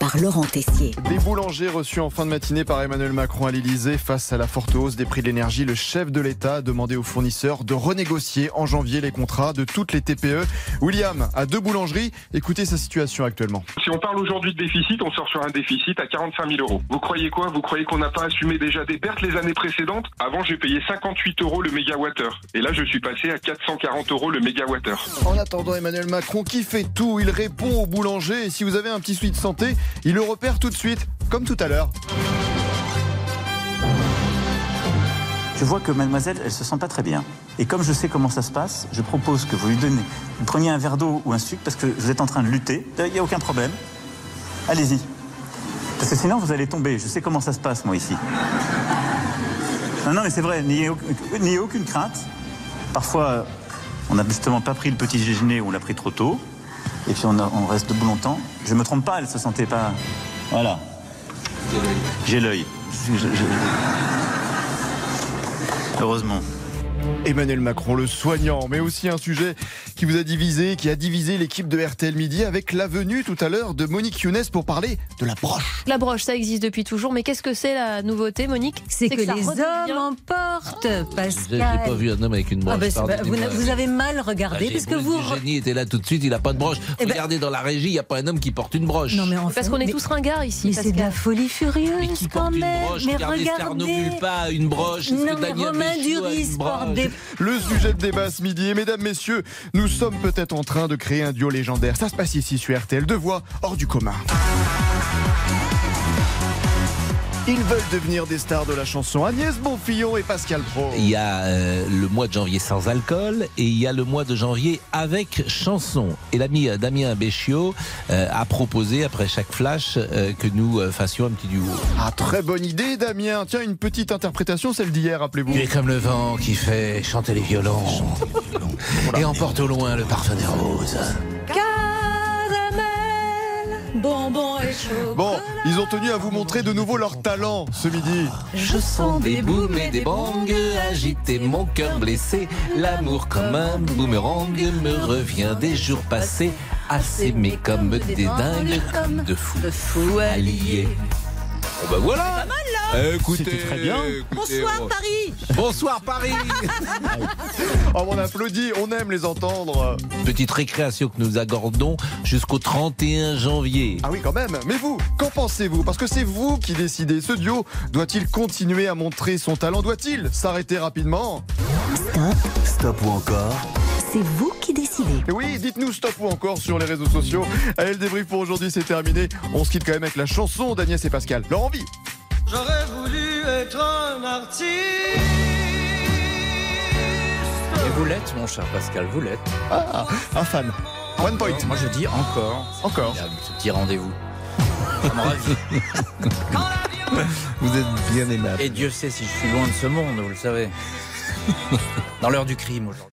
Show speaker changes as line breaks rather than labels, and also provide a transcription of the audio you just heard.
par Laurent Tessier.
Des boulangers reçus en fin de matinée par Emmanuel Macron à l'Elysée face à la forte hausse des prix de l'énergie. Le chef de l'État a demandé aux fournisseurs de renégocier en janvier les contrats de toutes les TPE. William, à deux boulangeries, écoutez sa situation actuellement.
Si on parle aujourd'hui de déficit, on sort sur un déficit à 45 000 euros. Vous croyez quoi Vous croyez qu'on n'a pas assumé déjà des pertes les années précédentes Avant, j'ai payé 58 euros le mégawattheure. Et là, je suis passé à 440 euros le mégawattheure.
En attendant, Emmanuel Macron qui fait tout, il répond aux boulangers et si vous avez un petit de santé, il le repère tout de suite, comme tout à l'heure.
Je vois que mademoiselle, elle se sent pas très bien. Et comme je sais comment ça se passe, je propose que vous lui donnez, vous preniez un verre d'eau ou un sucre parce que vous êtes en train de lutter. Il n'y a aucun problème. Allez-y. Parce que sinon, vous allez tomber. Je sais comment ça se passe, moi, ici. Non, non, mais c'est vrai, n'ayez au- n'ayez aucune crainte. Parfois, on n'a justement pas pris le petit déjeuner ou on l'a pris trop tôt. Et puis on, a- on reste debout longtemps. Je me trompe pas, elle se sentait pas. Voilà. J'ai l'œil. Je- je- je- Heureusement.
Emmanuel Macron, le soignant, mais aussi un sujet qui vous a divisé, qui a divisé l'équipe de RTL Midi avec la venue tout à l'heure de Monique Younes pour parler de la broche.
La broche, ça existe depuis toujours, mais qu'est-ce que c'est la nouveauté, Monique
C'est que,
ça
les
redevient- Ah.
hommes emportent,
J'ai j'ai pas
Pascal.
vu un homme avec une broche.
Ah, bah, c'est pas- vous,
pardonnez-moi.
vous avez mal
Ah,
regardé
j'ai-
parce que
Bruce
vous.
Eugénie était là tout de suite, il a pas de broche.
Eh ben-
Regardez dans la régie, il n'y a pas un homme qui porte une broche.
Non mais en
Parce
fait,
qu'on est
mais-
tous ringards ici.
Mais c'est de la
Pascal.
folie furieuse
Mais qui
quand
porte une
même.
broche
mais
Regardez Arnaud
regardez.
Vulpa, une broche. Est-ce
Non
que
mais
Daniel
Romain
Béchiot a une
Duris porte
broche
des.
Le sujet de débat ce midi. Et mesdames, messieurs, nous sommes peut-être en train de créer un duo légendaire. Ça se passe ici sur RTL, deux voix hors du commun. Ils veulent devenir des stars de la chanson Agnès Bonfillon et Pascal Pro.
Il y a euh, le mois de janvier sans alcool et il y a le mois de janvier avec chanson. Et l'ami euh, Damien Béchiot euh, a proposé, après chaque flash, euh, que nous euh, fassions un petit duo.
Ah, très bonne idée, Damien. Tiens, une petite interprétation, celle d'hier, rappelez-vous.
Il est comme le vent qui fait chanter les violons et emporte au loin le parfum des roses.
Caramel, bonbon et chaud.
Bon, ils ont tenu à vous montrer de nouveau leur talent ce midi.
Je sens des booms et des bangs agiter mon cœur blessé. L'amour comme un boomerang me revient des jours passés. Assez mais comme des dingues, comme de fous alliés. Oh bah voilà Écoutez,
C'était très bien.
Bonsoir Paris Bonsoir Paris
Oh, on applaudit, on aime les entendre.
Petite récréation que nous accordons jusqu'au 31 janvier.
Ah oui, quand même. Mais vous, qu'en pensez-vous Parce que c'est vous qui décidez. Ce duo doit-il continuer à montrer son talent Doit-il s'arrêter rapidement
Stop ou encore
C'est vous qui décidez.
Et Oui, dites-nous stop ou encore sur les réseaux sociaux. Allez, le débrief pour aujourd'hui, c'est terminé. On se quitte quand même avec la chanson d'Agnès et Pascal. Leur envie
J'aurais voulu être un
Et
artiste.
vous l'êtes, mon cher Pascal, vous l'êtes.
Ah, un fan. One point.
Moi, je dis encore.
Encore.
Il y a ce petit rendez-vous. Ça me ravit.
Quand l'avion
Vous êtes bien aimable.
Et Dieu sait si je suis loin de ce monde, vous le savez. Dans l'heure du crime aujourd'hui.